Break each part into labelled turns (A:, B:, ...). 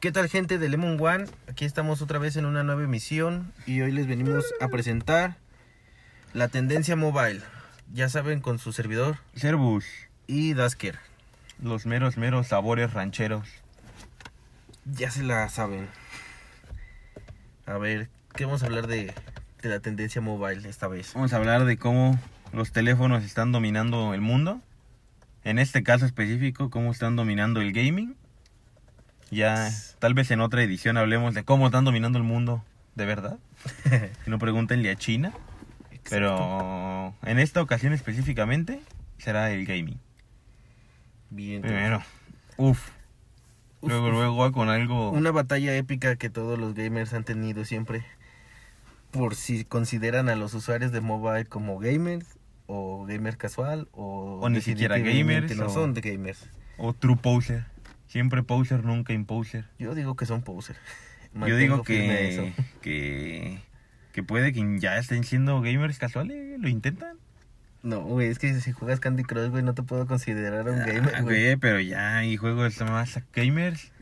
A: ¿Qué tal gente de Lemon One? Aquí estamos otra vez en una nueva emisión y hoy les venimos a presentar la tendencia mobile. Ya saben, con su servidor
B: Servus,
A: y Dasker.
B: los meros, meros sabores rancheros.
A: Ya se la saben. A ver, ¿qué vamos a hablar de, de la tendencia mobile esta vez?
B: Vamos a hablar de cómo los teléfonos están dominando el mundo. En este caso específico, cómo están dominando el gaming. Ya, tal vez en otra edición hablemos de cómo están dominando el mundo de verdad. No pregúntenle a China. Pero en esta ocasión específicamente será el gaming.
A: Bien.
B: Primero, uff.
A: Uf,
B: Luego,
A: uf.
B: luego con algo.
A: Una batalla épica que todos los gamers han tenido siempre. Por si consideran a los usuarios de mobile como gamers o gamer casual o,
B: O ni siquiera
A: definitivamente
B: gamers,
A: No
B: o-
A: son de gamers.
B: O true poser. Siempre poser, nunca imposer.
A: Yo digo que son poser.
B: Yo
A: Mantengo
B: digo
A: firme
B: que, que, que puede que ya estén siendo gamers casuales, eh, lo intentan.
A: No, güey, es que si juegas Candy Crush, güey, no te puedo considerar un gamer,
B: Ah,
A: güey.
B: güey, pero ya hay juegos más gamers.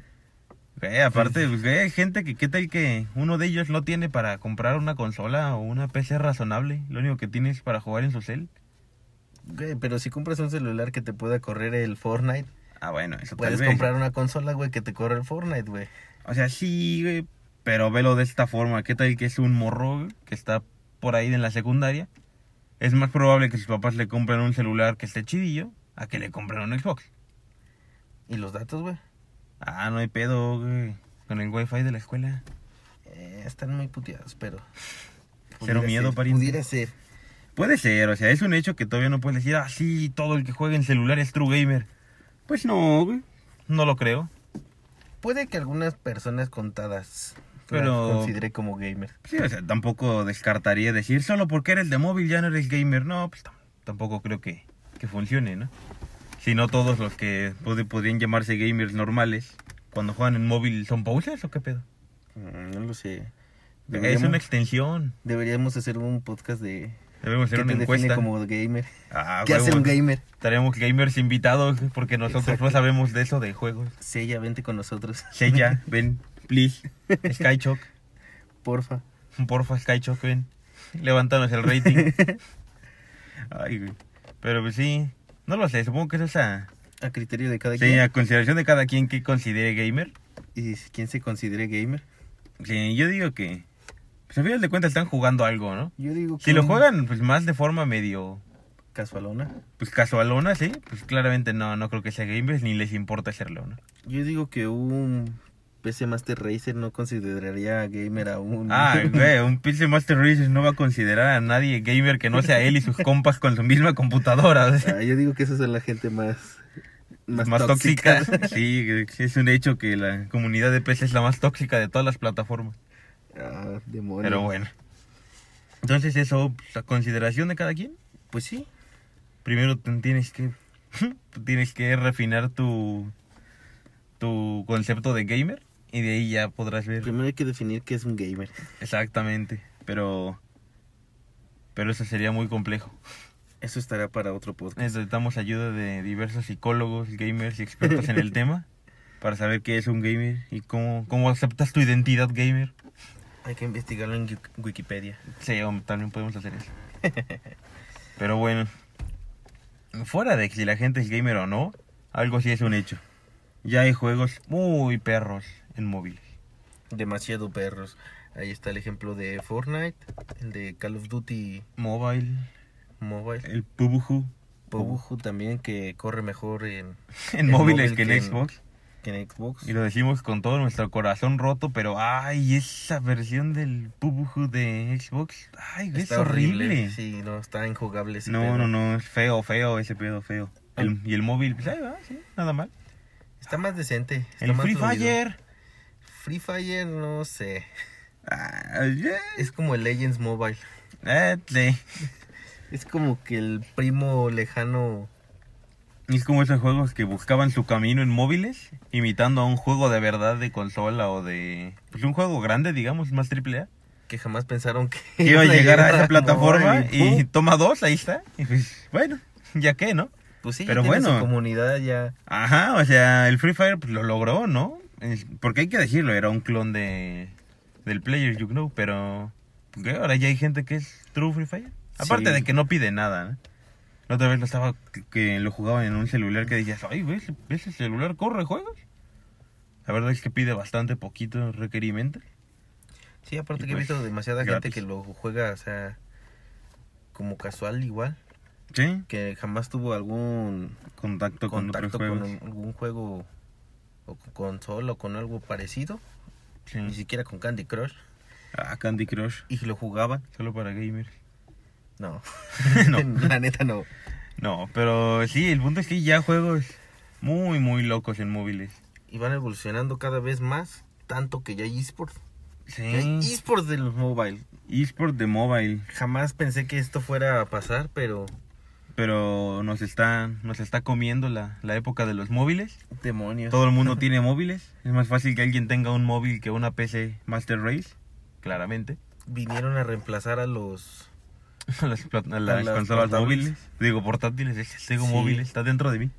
B: Güey, aparte, pues, güey, hay gente que qué tal que uno de ellos no tiene para comprar una consola o una PC razonable. Lo único que tiene es para jugar en su cel.
A: Güey, pero si compras un celular que te pueda correr el Fortnite,
B: Ah, bueno, eso tal
A: puedes
B: vez.
A: comprar una consola, güey, que te corre el Fortnite, güey.
B: O sea, sí, güey, pero velo de esta forma. ¿Qué tal que es un morro güey, que está por ahí en la secundaria? Es más probable que sus papás le compren un celular que esté chidillo a que le compren un Xbox.
A: ¿Y los datos, güey?
B: Ah, no hay pedo, güey. Con el wifi de la escuela.
A: Eh, están muy puteados, pero...
B: Cero
A: pudiera
B: miedo,
A: ser,
B: pariente.
A: Pudiera ser.
B: Puede ser, o sea, es un hecho que todavía no puedes decir, ah, sí, todo el que juega en celular es true gamer. Pues no, güey. No lo creo.
A: Puede que algunas personas contadas
B: Pero-
A: las considere como gamer.
B: Sí, o sea, tampoco descartaría decir, solo porque eres de móvil ya no eres gamer. No, pues tam- tampoco creo que, que funcione, ¿no? Si no todos los que pod- podrían llamarse gamers normales, cuando juegan en móvil, ¿son pausas o qué pedo?
A: Mm, No lo sé.
B: Es una
A: Deberíamos,
B: extensión.
A: deberíamos hacer un podcast de...
B: Debemos
A: ¿Qué
B: hacer
A: te
B: una
A: define
B: encuesta.
A: como gamer?
B: Ah,
A: ¿Qué hace
B: huevo,
A: un gamer?
B: Estaremos gamers invitados, porque nosotros no
A: Exacto.
B: sabemos de eso de juegos.
A: Sí, ya vente con nosotros.
B: Sella, ven, please. Skychock,
A: Porfa.
B: porfa, Skychock, ven. Levántanos el rating. Ay, güey. Pero pues sí, no lo sé, supongo que eso es a,
A: A criterio de cada
B: sí,
A: quien.
B: a consideración de cada quien que considere gamer.
A: ¿Y quién se considere gamer?
B: Sí, yo digo que, pues al final de cuentas están jugando algo, ¿no?
A: Yo digo que...
B: Si lo
A: un
B: juegan, pues más de forma medio,
A: Casualona.
B: pues casualona, sí, pues claramente no, no creo que sea gamers ni les importa hacerlo, ¿no?
A: Yo digo que un PC Master Racer no consideraría gamer a un...
B: Ah, güey, un PC Master Race no va a considerar a nadie gamer que no sea él y sus compas con su misma computadora. o sea.
A: Ah, yo digo que esa es la gente más...
B: más, tóxica. Sí, es un hecho que la comunidad de PC es la más tóxica de todas las plataformas.
A: Ah, demonio.
B: Pero bueno. Entonces eso, pues, a consideración de cada quien.
A: Pues sí.
B: Primero ten- tienes que tienes que refinar tu tu concepto de gamer y de ahí ya podrás ver
A: Primero hay que definir qué es un gamer.
B: exactamente, pero pero eso sería muy complejo.
A: Eso estará para otro podcast.
B: Necesitamos ayuda de diversos psicólogos, gamers y expertos en el tema para saber qué es un gamer y cómo cómo aceptas tu identidad gamer. Eh.
A: Hay que investigarlo en Wik- Wikipedia.
B: Sí, hom- también podemos hacer eso. Pero bueno, fuera de que si la gente es gamer o no, algo sí es un hecho. Ya hay juegos muy perros en móviles.
A: Demasiado perros. Ahí está el ejemplo de Fortnite, el de Call of Duty
B: Mobile,
A: Mobile.
B: el PUBG
A: Pobuju también que corre mejor en,
B: en
A: El
B: móviles
A: móvil
B: que en
A: que en-
B: Xbox.
A: que en Xbox.
B: Y lo decimos con todo nuestro corazón roto, pero ay, esa versión del PUBG de Xbox, ay, güey, es horrible.
A: Sí, Ah. no, está injugable. ese
B: no,
A: pedo.
B: no, no, es feo, feo, ese pedo, feo. El- y el móvil, pues, ahí va, sí, nada mal.
A: Está más decente. está
B: El
A: más
B: Free
A: fluido.
B: Fire.
A: Free Fire, no sé.
B: Ah, yeah.
A: Es como el Legends Mobile.
B: Eh, sí.
A: Es como que el primo lejano.
B: Es como esos juegos que buscaban su camino en móviles, imitando a un juego de verdad de consola o de... Pues un juego grande, digamos, más triple A.
A: que jamás pensaron que
B: Que iba a
A: iban
B: llegar a esa plataforma
A: móvil,
B: y
A: ¡pum!
B: toma dos, ahí está. Y pues, bueno, ya qué, ¿no?
A: pues sí,
B: pero
A: pero bueno,
B: bueno.
A: su comunidad ya
B: Ajá, o sea, el Free Fire pues, lo logró, ¿no? es- porque hay que decirlo, era un clon de del Player You Know, pero ¿qué? ahora ya hay gente que es True Free Fire. Aparte
A: Sí.
B: de que no pide nada, ¿no? La otra vez lo estaba que, que lo jugaban en un celular que decías, "Ay, ¿ves, ves el celular corre juegos?" La verdad es que pide bastante poquito requerimiento.
A: Sí, aparte
B: Y
A: que he
B: pues,
A: visto demasiada
B: gratis.
A: gente que lo juega, o sea, como casual igual,
B: Sí,
A: que jamás tuvo algún
B: contacto con otros
A: contacto con,
B: juegos.
A: un- algún juego o con consola o con algo parecido,
B: Sí.
A: ni siquiera con Candy Crush,
B: Ah, Candy Crush,
A: y lo jugaban.
B: solo para gamers.
A: No,
B: No.
A: la neta no.
B: No, pero sí, el punto es que ya juegos muy, muy locos en móviles.
A: Y van evolucionando cada vez más, tanto que ya hay esports. Ya hay
B: Sí.
A: esports de los mobile.
B: Esport de mobile,
A: Jamás pensé que esto fuera a pasar, pero
B: pero nos está, nos está comiendo la, la época de los móviles.
A: demonios.
B: Todo el mundo tiene móviles. Es más fácil que alguien tenga un móvil que una PC Master Race, claramente.
A: Vinieron a reemplazar a los
B: A las, plat- a las
A: las
B: consolas
A: portátiles.
B: móviles. Digo, portátiles, es que digo
A: Sí.
B: móviles, está dentro de mí.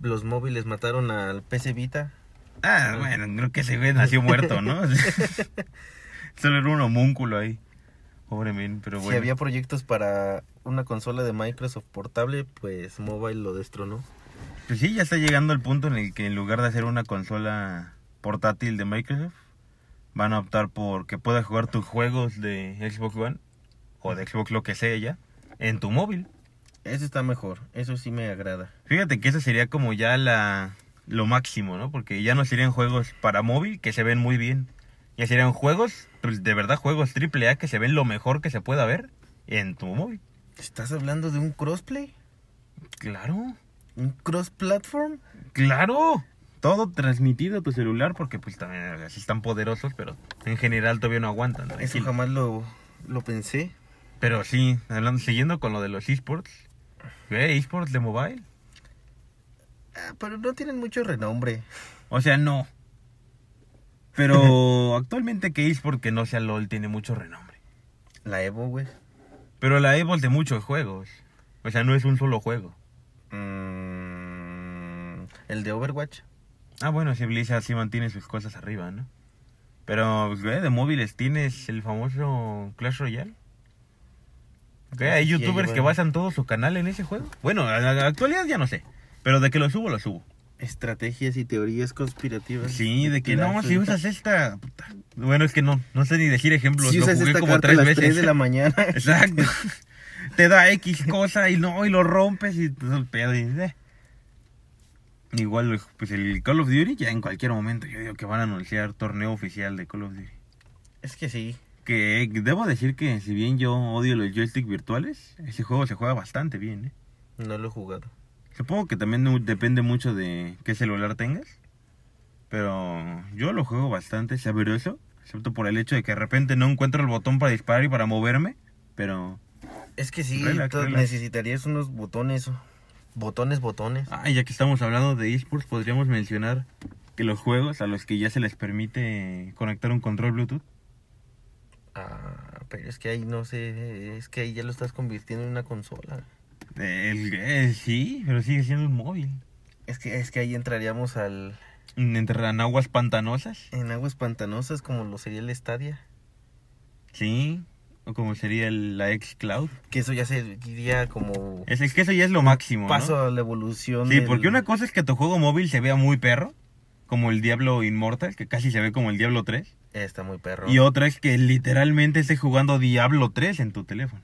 A: los móviles mataron al PC Vita.
B: Ah, bueno, creo que ese güey nació muerto, ¿no? Solo era un homúnculo ahí. Pobre men, pero bueno.
A: Si había proyectos para una consola de Microsoft portable, pues Mobile lo destronó.
B: Pues sí, ya está llegando el punto en el que en lugar de hacer una consola portátil de Microsoft, van a optar por que puedas jugar tus juegos de Xbox One o de Xbox lo que sea ya en tu móvil.
A: Eso está mejor, eso sí me agrada.
B: Fíjate que eso sería como ya la lo máximo, ¿no? Porque ya no serían juegos para móvil que se ven muy bien. Ya serían juegos, pues, de verdad juegos AAA que se ven lo mejor que se pueda ver en tu móvil.
A: ¿Estás hablando de un crossplay?
B: Claro.
A: ¿Un cross-platform?
B: Claro, todo transmitido a tu celular porque pues también o sea, sí están poderosos, pero en general todavía no aguantan.
A: Eso
B: tranquilo.
A: jamás lo, lo pensé.
B: Pero sí, hablando, siguiendo con lo de los esports, güey, esports de mobile.
A: Ah, pero no tienen mucho renombre.
B: O sea, no. Pero actualmente que esport que no sea LOL tiene mucho renombre.
A: La Evo, güey.
B: Pero la Evo es de muchos juegos. O sea, no es un solo juego.
A: Mm, el de Overwatch.
B: Ah, bueno, si Blizzard sí mantiene sus cosas arriba, ¿no? Pero, pues, güey, de móviles tienes el famoso Clash Royale. Güey, hay
A: Sí, sí,
B: youtubers
A: ahí
B: que
A: va.
B: basan todo su canal en ese juego. Bueno, a la actualidad ya no sé. Pero de que lo subo, lo subo.
A: Estrategias y teorías conspirativas.
B: Sí, de que
A: Claro.
B: no, si usas esta. puta. Bueno, es que no, no sé ni decir ejemplos.
A: Si
B: lo
A: usas
B: jugué
A: esta
B: como
A: carta
B: tres
A: a las
B: veces.
A: 3 de la mañana.
B: Exacto. Te da X cosa y no, y lo rompes y todo el pedo. y, eh. Igual, pues el Call of Duty ya en cualquier momento. Yo digo que van a anunciar torneo oficial de Call of Duty.
A: es que sí.
B: Que eh, debo decir que, si bien yo odio los joysticks virtuales, ese juego se juega bastante bien. ¿eh?
A: No lo he jugado.
B: Supongo que también nu- depende mucho de qué celular tengas. Pero yo lo juego bastante sabroso. Excepto por el hecho de que de repente no encuentro el botón para disparar y para moverme. Pero
A: Es que sí,
B: Relax,
A: to-
B: relax.
A: necesitarías unos botones. Botones, botones.
B: Ah, ya que estamos hablando de esports, podríamos mencionar que los juegos a los que ya se les permite conectar un control Bluetooth.
A: Ah, pero es que ahí no sé. Es que ahí ya lo estás convirtiendo en una consola.
B: El, eh, sí, pero sigue siendo un móvil.
A: Es que, es que ahí entraríamos al
B: Entre aguas pantanosas.
A: en aguas pantanosas como lo sería el Stadia.
B: Sí. O como sería el- la X Cloud.
A: Que eso ya sería como
B: Es, es que eso ya es lo máximo. ¿no?
A: paso a la evolución.
B: Sí,
A: del-
B: porque una cosa es que tu juego móvil se vea muy perro. Como el Diablo Immortal, que casi se ve como el Diablo 3.
A: Está muy perro.
B: Y otra es que literalmente estés jugando Diablo 3 en tu teléfono.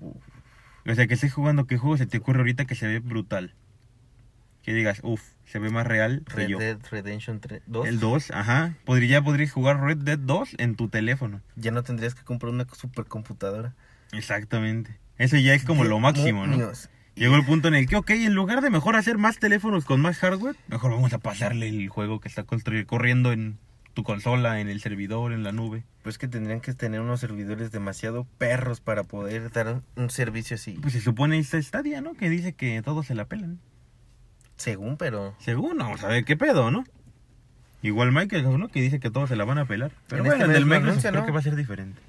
B: O sea, que estés jugando, ¿qué juego se te ocurre ahorita que se ve brutal? Que digas, uff, se ve más real que
A: Red
B: yo.
A: Dead Redemption 3, 2.
B: El 2, ajá. Podría, ya podrías jugar Red Dead 2 en tu teléfono.
A: Ya no tendrías que comprar una supercomputadora.
B: Exactamente. Eso ya es como lo máximo, ¿no?
A: Demonios.
B: Llegó el punto en el que, ok, en lugar de mejor hacer más teléfonos con más hardware, mejor vamos a pasarle el juego que está construy- corriendo en tu consola, en el servidor, en la nube.
A: Pues que tendrían que tener unos servidores demasiado perros para poder dar un, un servicio así.
B: Pues se supone esta estadia, ¿no? Que dice que todos se la pelan.
A: Según, pero.
B: Según, vamos a ver qué pedo, ¿no? Igual Microsoft, ¿no? Que dice que todos se la van a pelar. Pero
A: En este
B: bueno, en
A: evento
B: el
A: lo
B: Microsoft
A: anuncia,
B: creo
A: ¿no?
B: que va a ser diferente.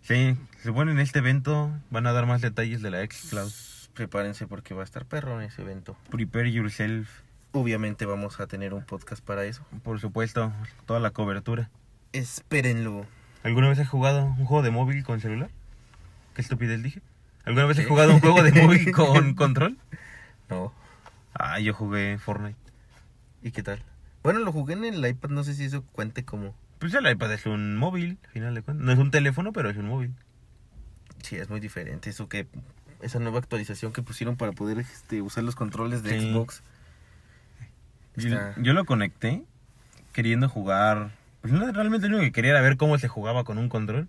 B: Sí, se supone en este evento van a dar más detalles de la xCloud.
A: pues, Prepárense porque va a estar perro en ese evento.
B: Prepare yourself.
A: Obviamente vamos a tener un podcast para eso.
B: Por supuesto, toda la cobertura.
A: Espérenlo.
B: ¿Alguna vez has jugado un juego de móvil con celular? ¿Qué estupidez dije? ¿Alguna vez has jugado un juego de móvil con control?
A: No.
B: Ah, yo jugué Fortnite.
A: ¿Y qué tal? Bueno, lo jugué en el iPad, no sé si eso cuente como...
B: Pues el iPad es un móvil, al final de cuentas. No es un teléfono, pero es un móvil.
A: Sí, es muy diferente. Eso que... Esa nueva actualización que pusieron para poder este, usar los controles de
B: Sí.
A: Xbox.
B: Yo,
A: Está-
B: yo lo conecté queriendo jugar. Pues no, realmente lo único que quería era ver cómo se jugaba con un control.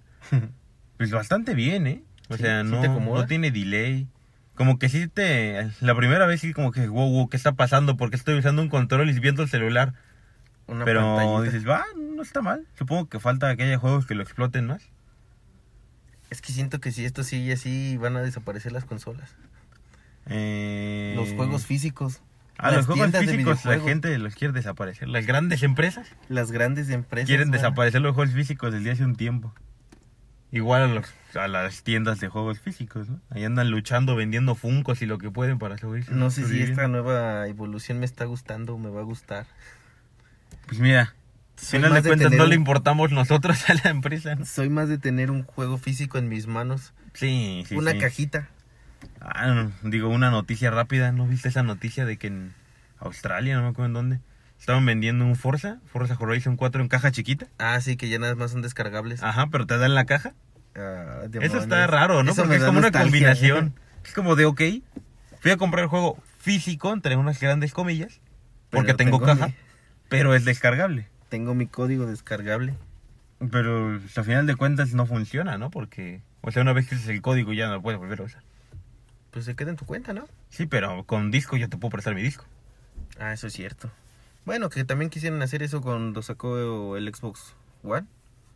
B: Pues bastante bien, ¿eh? O
A: Sí,
B: sea,
A: sí
B: no,
A: te acomoda.
B: no tiene delay. Como que sí te. La primera vez sí, como que, wow, wow, ¿qué está pasando? Porque estoy usando un control y viendo el celular.
A: Una
B: Pero
A: pantallita.
B: dices, va, no está mal. Supongo que falta que haya juegos que lo exploten más.
A: Es que siento que si esto sigue así van a desaparecer las consolas.
B: Eh,
A: Los juegos físicos.
B: Ah,
A: las
B: los juegos
A: tiendas de
B: físicos, la
A: videojuegos.
B: gente los quiere desaparecer. Las grandes empresas
A: Las grandes empresas.
B: quieren
A: van a-
B: desaparecer los juegos físicos desde hace un tiempo. Igual a, los- a las tiendas de juegos físicos, ¿no? Ahí andan luchando, vendiendo funcos y lo que pueden para subir.
A: No sé si
B: sobrevivir.
A: esta nueva evolución me está gustando o me va a gustar.
B: Pues mira, al
A: Soy
B: final de
A: más de
B: cuentas
A: tener
B: no le
A: un-
B: importamos nosotros a la empresa, ¿no?
A: Soy más de tener un juego físico en mis manos.
B: Sí, sí,
A: una
B: sí.
A: cajita.
B: Ah, no, digo, una noticia rápida. ¿No viste esa noticia de que en Australia, no me acuerdo en dónde, estaban vendiendo un Forza, Forza Horizon 4 en caja chiquita?
A: Ah, sí, que ya nada más son descargables.
B: Ajá, pero te dan la caja.
A: Ah,
B: Ah, Eso
A: demonios.
B: está raro, ¿no?
A: Eso
B: Porque
A: me
B: es
A: da
B: como una
A: nostalgia.
B: combinación. Es como de, ok, fui a comprar el juego físico, entre unas grandes comillas, porque
A: Pero
B: tengo, caja,
A: mi-
B: pero es descargable.
A: tengo mi código descargable.
B: Pero pues, al final de cuentas no funciona, ¿no? Porque, o sea, una vez que uses el código ya no lo puedes volver a usar.
A: Pues se queda en tu cuenta, ¿no?
B: Sí, pero con disco yo te puedo prestar mi disco.
A: Ah, eso es cierto. Bueno, que también quisieron hacer eso cuando sacó el Xbox One.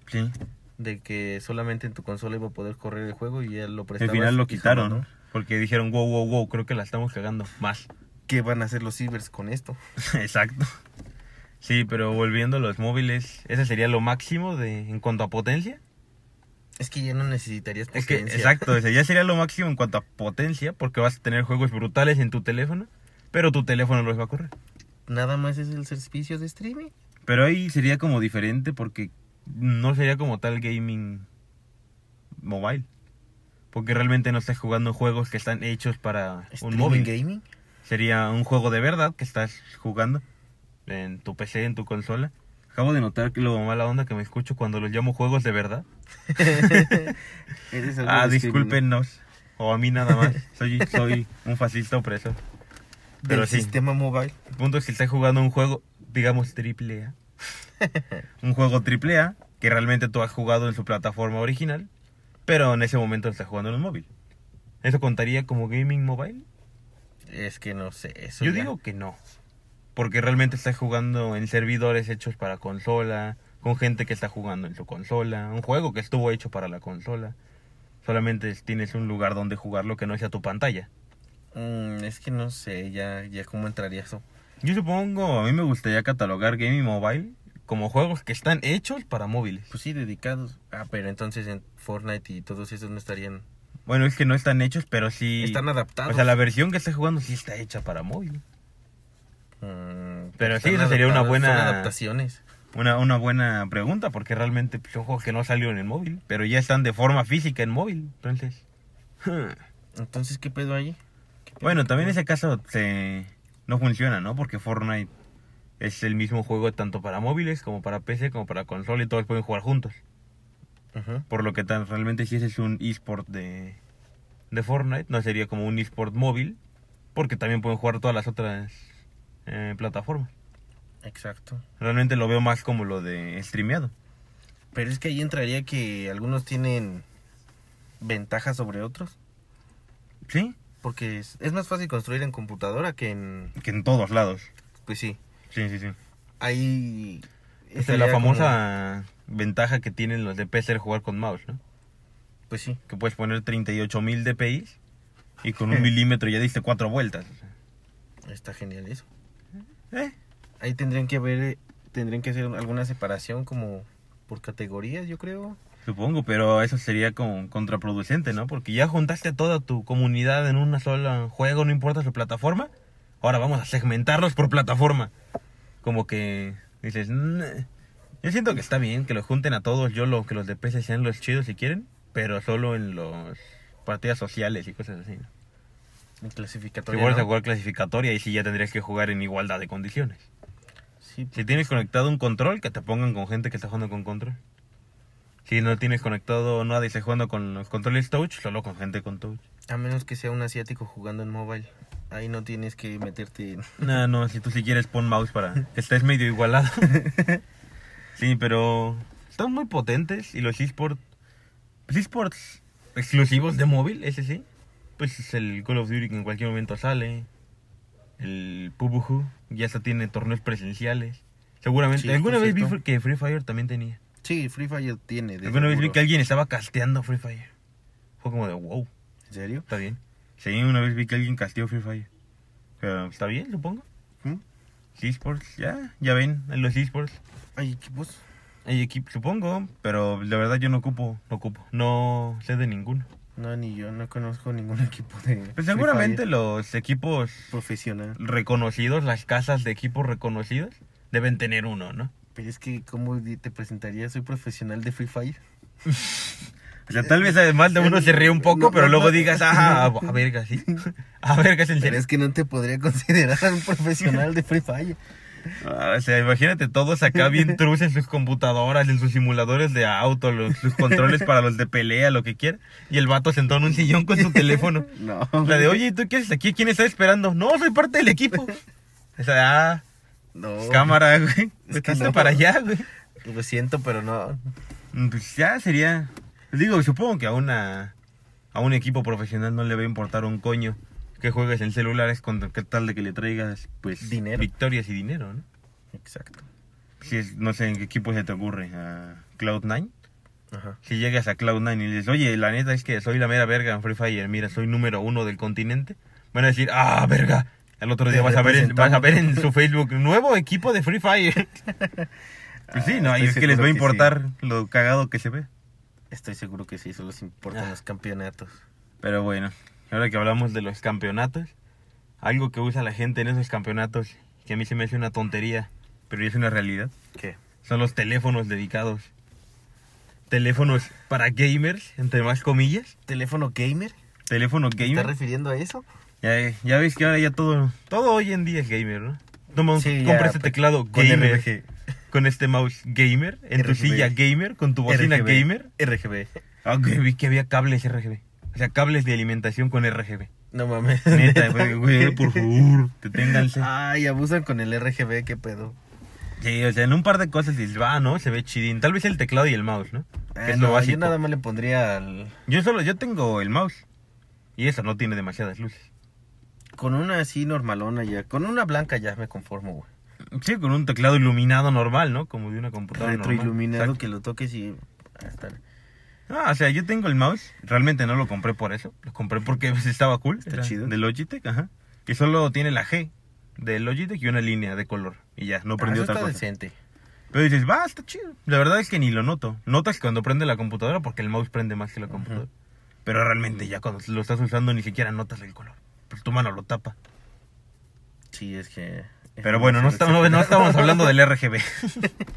B: Sí.
A: de que solamente en tu consola iba a poder correr el juego y ya lo
B: Al
A: prestabas.
B: final lo
A: y
B: quitaron,
A: jamás, ¿no?
B: Porque dijeron, wow, wow, wow, creo que la estamos cagando más.
A: ¿Qué van a hacer los cibers con esto?
B: Exacto. Sí, pero volviendo a los móviles, ese sería lo máximo de en cuanto a potencia.
A: Es que ya no necesitarías
B: Es que,
A: potencia.
B: exacto, o sea, ya sería lo máximo en cuanto a potencia, porque vas a tener juegos brutales en tu teléfono, pero tu teléfono los va a correr.
A: Nada más es el servicio de streaming.
B: Pero ahí sería como diferente, porque no sería como tal gaming mobile. Porque realmente no estás jugando juegos que están hechos para un
A: Streaming
B: móvil.
A: gaming.
B: Sería un juego de verdad que estás jugando en tu PC, en tu consola. Acabo de notar que lo mala onda que me escucho cuando los llamo juegos de verdad.
A: Eres algo
B: Ah,
A: discriminante.
B: discúlpenos. O a mí nada más. Soy, soy un fascista opresor. pero
A: Del
B: sí.
A: sistema mobile.
B: El punto es que estás jugando un juego, digamos, triple A. un juego triple A que realmente tú has jugado en su plataforma original, pero en ese momento estás jugando en un móvil. ¿Eso contaría como gaming mobile?
A: Es que no sé. Eso
B: Yo
A: ya-
B: digo que no. Porque realmente estás jugando en servidores hechos para consola, con gente que está jugando en su consola, un juego que estuvo hecho para la consola. Solamente tienes un lugar donde jugarlo que no sea tu pantalla.
A: Mm, es que no sé. Ya, ya cómo entraría eso.
B: Yo supongo, a mí me gustaría catalogar gaming mobile como juegos que están hechos para móviles.
A: Pues sí, dedicados. Ah, pero entonces en Fortnite y todos esos no estarían.
B: Bueno, es que no están hechos, pero sí.
A: Están adaptados.
B: o sea, la versión que estás jugando sí está hecha para móvil.
A: Mm,
B: Pero sí,
A: están
B: esa sería una
A: adaptados,
B: buena-
A: Son adaptaciones.
B: Una, una buena pregunta, porque realmente pues, son juegos que no salieron en móvil, pero ya están de forma física en móvil. Entonces.
A: Hmm. Entonces, ¿qué pedo ahí? ¿Qué pedo?
B: Bueno, también ese caso se- no funciona, ¿no? Porque Fortnite es el mismo juego tanto para móviles como para PC, como para consola y todos pueden jugar juntos.
A: Ujú.
B: Por lo que tan, realmente si ese es un esport de, de Fortnite, no sería como un esport móvil, porque también pueden jugar todas las otras eh, plataformas.
A: Exacto.
B: Realmente lo veo más como lo de streameado.
A: Pero es que ahí entraría que algunos tienen ventajas sobre otros.
B: ¿Sí?
A: Porque es, es más fácil construir en computadora que en.
B: Que en todos lados.
A: Pues sí.
B: Sí, sí, sí.
A: Ahí.
B: Esta es Este, la
A: estaría como-
B: famosa ventaja que tienen los de PC al jugar con mouse, ¿no?
A: pues sí.
B: que puedes poner 38.000 DPI y con un milímetro ya diste cuatro vueltas.
A: Está genial eso.
B: Eh,
A: Ahí tendrían que haber. eh, Tendrían que hacer alguna separación como por categorías, yo creo.
B: Supongo, pero eso sería como contraproducente, ¿no? Porque ya juntaste a toda tu comunidad en una sola juego, no importa su plataforma, ahora vamos a segmentarlos por plataforma. Como que dices, "Nah". yo siento que está bien que los junten a todos, yo lo que los de PC sean los chidos si quieren, pero solo en los partidas sociales y cosas así. ¿no?
A: En
B: Si
A: clasificatoria.
B: vuelves a
A: ¿no?
B: jugar clasificatoria y sí ya tendrías que jugar en igualdad de condiciones.
A: Sí, pues,
B: Si tienes conectado un control, que te pongan con gente que está jugando con control. Si no tienes conectado nada y estás jugando con los controles touch, solo con gente con touch.
A: a menos que sea un asiático jugando en mobile. Ahí no tienes que meterte en...
B: No, no, si tú si quieres pon mouse para que estés medio igualado. sí, pero están muy potentes y los eSports... Los eSports exclusivos de móvil, ese sí. Pues es el Call of Duty que en cualquier momento sale. El PUBG ya hasta tiene torneos presenciales. Seguramente.
A: Sí,
B: alguna
A: por
B: vez vi
A: cierto.
B: que Free Fire también tenía.
A: Sí, Free Fire tiene. de
B: Alguna vez vi
A: seguro.
B: que alguien estaba casteando Free Fire. Fue como de wow,
A: ¿En serio?
B: está bien. Sí, una vez vi que alguien casteó Free Fire. Pero, está bien, supongo.
A: ¿Mm?
B: eSports, ya, ya ven, en los eSports.
A: Hay equipos.
B: Hay equipos, supongo, pero la verdad yo no ocupo, no ocupo, no sé de ninguno.
A: No, ni yo, no conozco ningún equipo de. Free
B: Pues seguramente
A: Fire
B: los equipos
A: Profesional.
B: reconocidos, las casas de equipos reconocidos, deben tener uno, ¿no?
A: Pero es que, ¿cómo di- te presentaría? Soy profesional de Free Fire.
B: O sea, tal vez además de uno se ríe un poco,
A: No,
B: pero
A: no,
B: luego
A: no.
B: eh, digas, ajá, a verga, sí. A verga, en
A: Pero
B: serio.
A: es que no te podría considerar un profesional de Free Fire.
B: Ah, o sea, imagínate todos acá bien trus en sus computadoras, en sus simuladores de auto, los, sus controles para los de pelea, lo que quiera. Y el vato sentado en un sillón con su teléfono.
A: No.
B: La de, oye, ¿y ¿tú qué haces aquí? ¿Quién está esperando? No, soy parte del equipo. O sea, ah,
A: No.
B: cámara, güey.
A: Oh. Es que
B: Estás
A: no.
B: para allá, güey.
A: Lo siento, pero no.
B: Mm, Pues ya sería. Digo, supongo que a una a un equipo profesional no le va a importar un coño que juegues en celulares con qué tal de que le traigas pues
A: Dinero.
B: victorias y dinero, ¿no?
A: Exacto.
B: Si es, no sé en qué equipo se te ocurre, a Cloud9.
A: Ajá.
B: Si llegas a Cloud9 y le dices, oye, la neta es que soy la mera verga en Free Fire, mira, soy número uno del continente, van a decir, ah, verga. Al otro
A: Te
B: día vas a, ver en, vas a
A: representamos.
B: ver en su Facebook, nuevo equipo de Free Fire. Pues sí, no,
A: Ah,
B: y
A: estoy
B: es que les
A: seguro
B: va a
A: sí.
B: importar lo cagado que se ve.
A: Estoy seguro que sí, solo les importan
B: Ah.
A: los campeonatos.
B: Pero bueno, ahora que hablamos de los campeonatos, algo que usa la gente en esos campeonatos, que a mí se me hace una tontería, pero es una realidad,
A: ¿Qué?
B: son los teléfonos dedicados. Teléfonos para gamers, entre más comillas.
A: ¿Teléfono gamer?
B: Teléfono
A: ¿Te estás
B: gamer.
A: refiriendo a eso?
B: Ya, ya ves que ahora ya todo, todo hoy en día es gamer, ¿no? Toma, un-
A: Sí, ya,
B: compra este
A: pues,
B: teclado
A: con
B: gamer,
A: RGB.
B: con este mouse gamer, en tu
A: RGB.
B: silla gamer, con tu bocina
A: RGB.
B: gamer.
A: RGB.
B: Ah, que vi que había cables RGB. O sea, cables de alimentación con RGB.
A: No mames.
B: Neta, güey, güey, por favor, deténganse.
A: Ay, abusan con el RGB, qué pedo.
B: Sí, o sea, en un par de cosas dices, va, ¿no? Se ve chidín. Tal vez el teclado y el mouse, ¿no? Que
A: Ah,
B: es lo
A: no,
B: básico.
A: Yo nada más le pondría al...
B: Yo solo, yo tengo el mouse. Y eso no tiene demasiadas luces.
A: Con una así normalona ya. Con una blanca ya me conformo, güey.
B: Sí, con un teclado iluminado normal, ¿no? Como de una computadora
A: Retroiluminado
B: normal.
A: que lo toques y... Ah, está.
B: Exacto. Ah, o sea, yo tengo el mouse. Realmente no lo compré por eso. Lo compré porque pues, estaba cool.
A: Está
B: Era
A: chido.
B: De Logitech, ajá. Y solo tiene la G de Logitech y una línea de color. Y ya, no
A: Ah,
B: prendió
A: eso
B: otra
A: está
B: cosa.
A: decente.
B: Pero dices, va, está chido. La verdad es que ni lo noto. Notas cuando prende la computadora porque el mouse prende más que la computadora. Pero realmente ya cuando lo estás usando ni siquiera notas el color. Pues tu mano lo tapa.
A: Sí, es que...
B: Pero bueno, no estamos, no, no estamos hablando del RGB.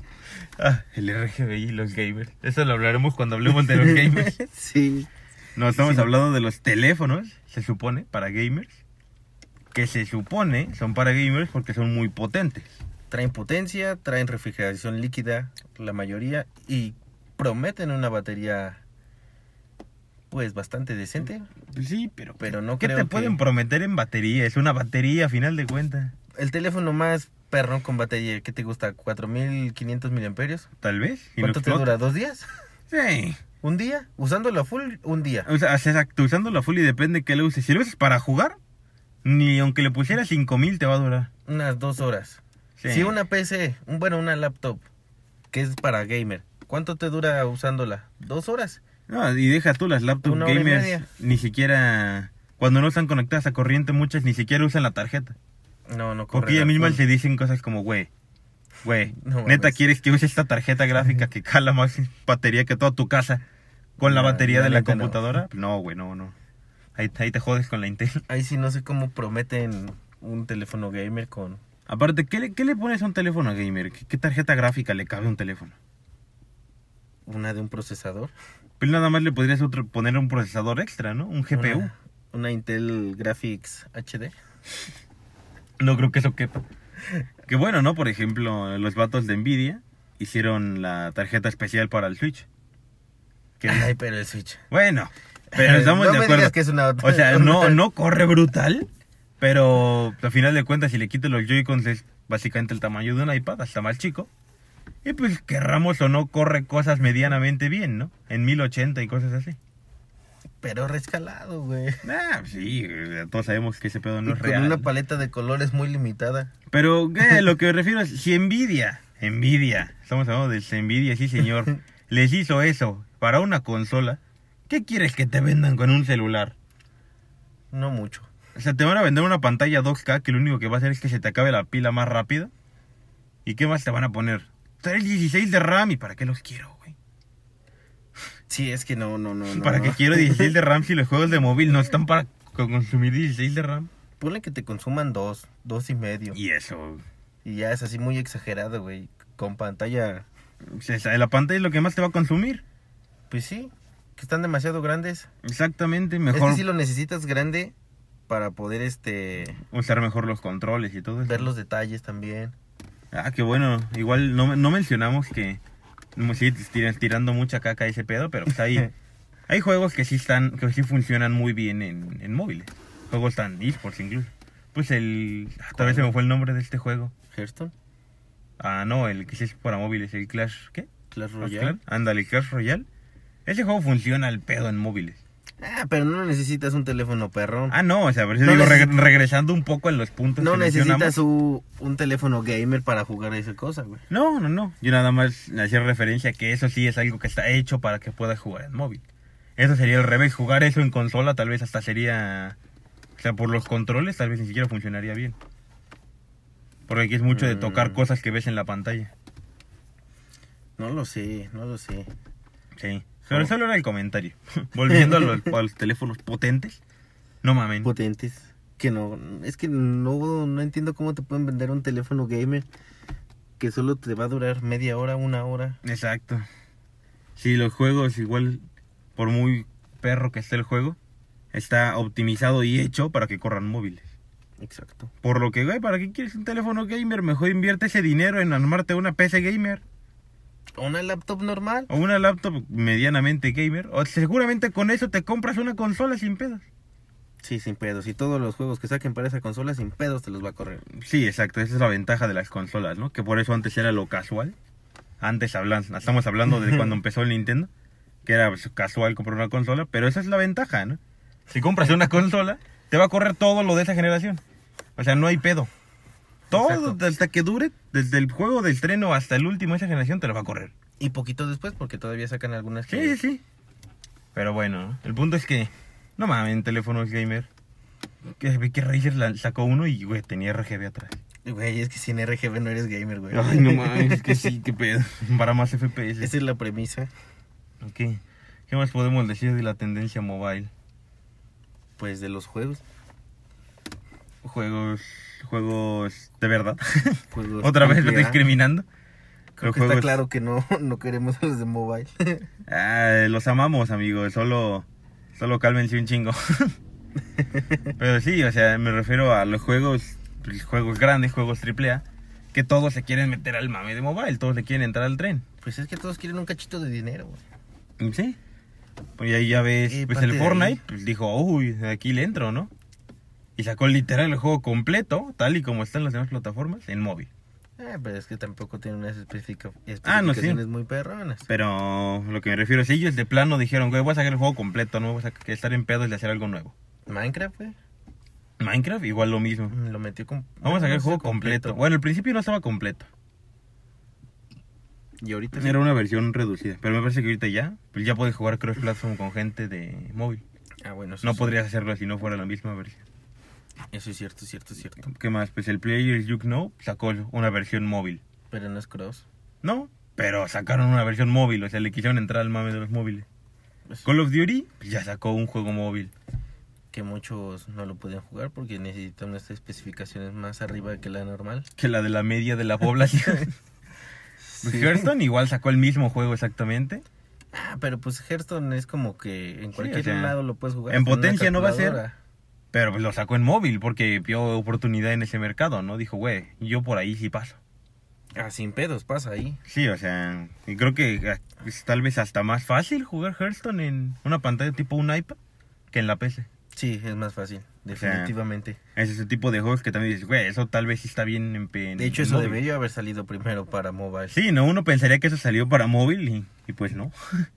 B: Ah, el RGB y los gamers. Eso lo hablaremos cuando hablemos de los gamers.
A: sí.
B: No, estamos
A: Sí.
B: hablando de los teléfonos, se supone, para gamers. Que se supone son para gamers porque son muy potentes.
A: Traen potencia, traen refrigeración líquida, la mayoría, y prometen una batería, pues, bastante decente.
B: Sí, pero...
A: Pero no
B: ¿Qué
A: creo
B: te
A: que-
B: pueden prometer en batería? Es una batería, a final de cuentas.
A: El teléfono más perrón con batería, ¿qué te gusta? ¿4500 miliamperios?
B: Tal vez. y no
A: ¿Cuánto te
B: explota.
A: dura? ¿Dos días?
B: Sí.
A: ¿Un día? Usándolo a full, un día.
B: O sea, exacto, usando la full y depende qué le uses. Si lo usas para jugar, ni aunque le pusieras 5000 te va a durar.
A: Unas dos horas.
B: Sí.
A: Si una PC, un- bueno, una laptop, que es para gamer, ¿cuánto te dura usándola? ¿Dos horas?
B: No, y deja tú las laptops
A: Una hora y
B: gamers,
A: media.
B: ni siquiera. Cuando no están conectadas a corriente, muchas ni siquiera usan la tarjeta.
A: No, no corre.
B: Porque ellas
A: la
B: mismas
A: full.
B: se dicen cosas como, güey, güey,
A: No mames.
B: neta, ¿quieres que use esta tarjeta gráfica que cala más batería que toda tu casa con la
A: No,
B: batería de la
A: neta no.
B: computadora? No, güey, no, no. Ahí, ahí te jodes con la Intel.
A: Ahí sí no sé cómo prometen un teléfono gamer con...
B: Aparte, ¿qué le, qué le pones a un teléfono gamer? ¿Qué, qué tarjeta gráfica le cabe a un teléfono?
A: Una de un procesador.
B: Pues nada más le podrías otro- poner un procesador extra, ¿no? Un GPU.
A: Una, una Intel Graphics HD.
B: No creo que eso quepa. Que bueno, ¿no? Por ejemplo, los vatos de Nvidia hicieron la tarjeta especial para el Switch. Que-
A: Ay, pero el Switch.
B: bueno, pero estamos
A: no
B: de
A: me
B: acuerdo.
A: digas que es una...
B: O sea, no, no corre brutal, pero al final de cuentas, si le quito los Joy-Cons, es básicamente el tamaño de un iPad, hasta más chico. Y pues, querramos o no, corre cosas medianamente bien, ¿no? En 1080 y cosas así.
A: Pero rescalado, güey.
B: Ah, sí, eh, todos sabemos que ese pedo no
A: Y
B: es
A: con
B: real.
A: una paleta de colores muy limitada.
B: Pero ¿qué? lo que me refiero es si envidia, envidia, estamos hablando de si envidia, sí señor, les hizo eso para una consola, ¿qué quieres que te vendan con un celular?
A: No mucho.
B: O sea, te van a vender una pantalla 2K que lo único que va a hacer es que se te acabe la pila más rápido. ¿Y qué más te van a poner? Trae el 16 de RAM y para qué los quiero, güey.
A: Sí, es que no, no, no. no,
B: ¿Para
A: no.
B: qué quiero 16 de RAM si los juegos de móvil no están para co- consumir 16 de RAM?
A: Ponle que te consuman dos, dos y medio.
B: Y eso,
A: Y ya es así muy exagerado, güey. Con pantalla.
B: o sea, la pantalla es lo que más te va a consumir.
A: Pues sí, que están demasiado grandes.
B: Exactamente,
A: Es
B: mejor
A: que sí lo necesitas grande para poder este
B: usar mejor los controles y todo eso.
A: ver los detalles también.
B: Ah, qué bueno. Igual no, no mencionamos que no, sí, tir- tirando mucha caca a ese pedo, pero pues hay, hay juegos que sí están, que sí funcionan muy bien en, en móviles. Juegos tan esports incluso. Pues el. ah, Tal vez se me fue el nombre de este juego.
A: Hearthstone,
B: Ah, no, el que sí es para móviles, el Clash. ¿Qué?
A: Clash
B: Clash
A: Royale.
B: Clan. Ándale, Clash Royale. Ese juego funciona al pedo en móviles.
A: Ah, pero no necesitas un teléfono perrón.
B: Ah, no, o sea, pero eso
A: No
B: digo,
A: neces-
B: reg- regresando un poco a los puntos
A: no
B: que mencionamos.
A: necesitas un, un teléfono gamer para jugar esa cosa, güey.
B: No, no, no. Yo nada más le hacía referencia a que eso sí es algo que está hecho para que puedas jugar en móvil. Eso sería el revés. Jugar eso en consola tal vez hasta sería... O sea, por los controles tal vez ni siquiera funcionaría bien. Porque aquí es mucho de tocar
A: Mm.
B: cosas que ves en la pantalla.
A: No lo sé, no lo sé.
B: Sí. Pero
A: Oh.
B: solo era el comentario. Volviendo a los, a los teléfonos potentes. No mamen.
A: Potentes. Que no, es que no, no entiendo cómo te pueden vender un teléfono gamer que solo te va a durar media hora, una hora.
B: Exacto. Sí, los juegos igual, por muy perro que esté el juego, está optimizado y hecho para que corran móviles.
A: Exacto.
B: Por lo que, güey, ¿para qué quieres un teléfono gamer? Mejor invierte ese dinero en armarte una PC gamer
A: Una laptop normal.
B: o una laptop medianamente gamer. O seguramente con eso te compras una consola sin pedos.
A: Sí, sin pedos. Y todos los juegos que saquen para esa consola, sin pedos te los va a correr.
B: Sí, exacto, esa es la ventaja de las consolas, ¿no? Que por eso antes era lo casual. Antes hablan, estamos hablando de cuando empezó el Nintendo, que era pues, casual comprar una consola, pero esa es la ventaja, ¿no? Si compras una consola, te va a correr todo lo de esa generación. O sea, no hay pedo. Todo,
A: Exacto.
B: hasta que dure, desde el juego del treno hasta el último, esa generación te la va a correr.
A: Y poquito después, porque todavía sacan algunas
B: Sí, sí,
A: que...
B: sí. Pero bueno, el punto es que no mamen teléfonos gamer. Que vi que Razer la- sacó uno y güey, tenía RGB atrás.
A: Güey, es que sin RGB no eres gamer, güey.
B: Ay, no mames, es que sí, qué pedo. Para más FPS.
A: Esa es la premisa.
B: Ok. ¿Qué más podemos decir de la tendencia mobile?
A: Pues de los juegos.
B: Juegos, juegos de verdad.
A: Juegos
B: Otra vez lo
A: AAA.
B: discriminando.
A: Creo
B: Los
A: que está
B: juegos-
A: claro que no, no queremos a los de mobile.
B: Ah, los amamos, amigos. Solo, solo cálmense un chingo. Pero sí, o sea, me refiero a los juegos, pues, juegos grandes, juegos AAA, que todos se quieren meter al mame de mobile, todos le quieren entrar al tren.
A: Pues es que todos quieren un cachito de dinero, güey.
B: Sí. Pues ahí ya ves,
A: Y
B: pues
A: parte de
B: el
A: ahí.
B: Fortnite, pues dijo, uy, aquí le entro, ¿no? Y sacó literal el juego completo, tal y como están las demás plataformas, en móvil.
A: Ah, pero es que tampoco tiene unas especifica-
B: Ah, no, sí.
A: especificaciones muy perronas.
B: Pero lo que me refiero es, ellos de plano dijeron, güey, voy a sacar el juego completo, no voy a sac- estar en pedos de hacer algo nuevo.
A: Minecraft, güey.
B: Minecraft, igual lo mismo.
A: mm, Lo metió con...
B: Vamos a sacar el juego completo. Bueno, al principio no estaba completo.
A: Y ahorita... sí.
B: Era una versión reducida. Pero me parece que ahorita ya, pues ya puedes jugar cross platform con gente de móvil.
A: Ah, bueno. eso
B: No
A: sí.
B: podrías hacerlo si no fuera la misma versión.
A: Eso es cierto, cierto, cierto.
B: ¿Qué más? Pues el Players You Know sacó una versión móvil.
A: Pero no es cross.
B: No, pero sacaron una versión móvil, o sea, le quisieron entrar al mame de los móviles. Call of Duty pues, ya sacó un juego móvil.
A: que muchos no lo pueden jugar porque necesitan unas especificaciones más arriba que la normal.
B: Que la de la media de la población. Pues Hearthstone igual sacó el mismo juego exactamente.
A: Ah, pero pues Hearthstone es como que en
B: Sí,
A: cualquier
B: o sea,
A: lado lo puedes jugar.
B: en
A: con una
B: potencia no va a ser.
A: calculadora.
B: Pero pues lo sacó en móvil porque vio oportunidad en ese mercado, ¿no? Dijo, güey, yo por ahí sí paso.
A: Ah, sin pedos, pasa ahí.
B: Sí, o sea, y creo que eh, es tal vez hasta más fácil jugar Hearthstone en una pantalla tipo un iPad que en la PC.
A: Sí, es más fácil, definitivamente.
B: Es ese tipo de juegos que también dices, güey, eso tal vez sí está bien en en-
A: de hecho,
B: en
A: eso
B: móvil".
A: debería haber salido primero para mobile.
B: Sí, ¿no? Uno pensaría que eso salió para móvil y, y pues no.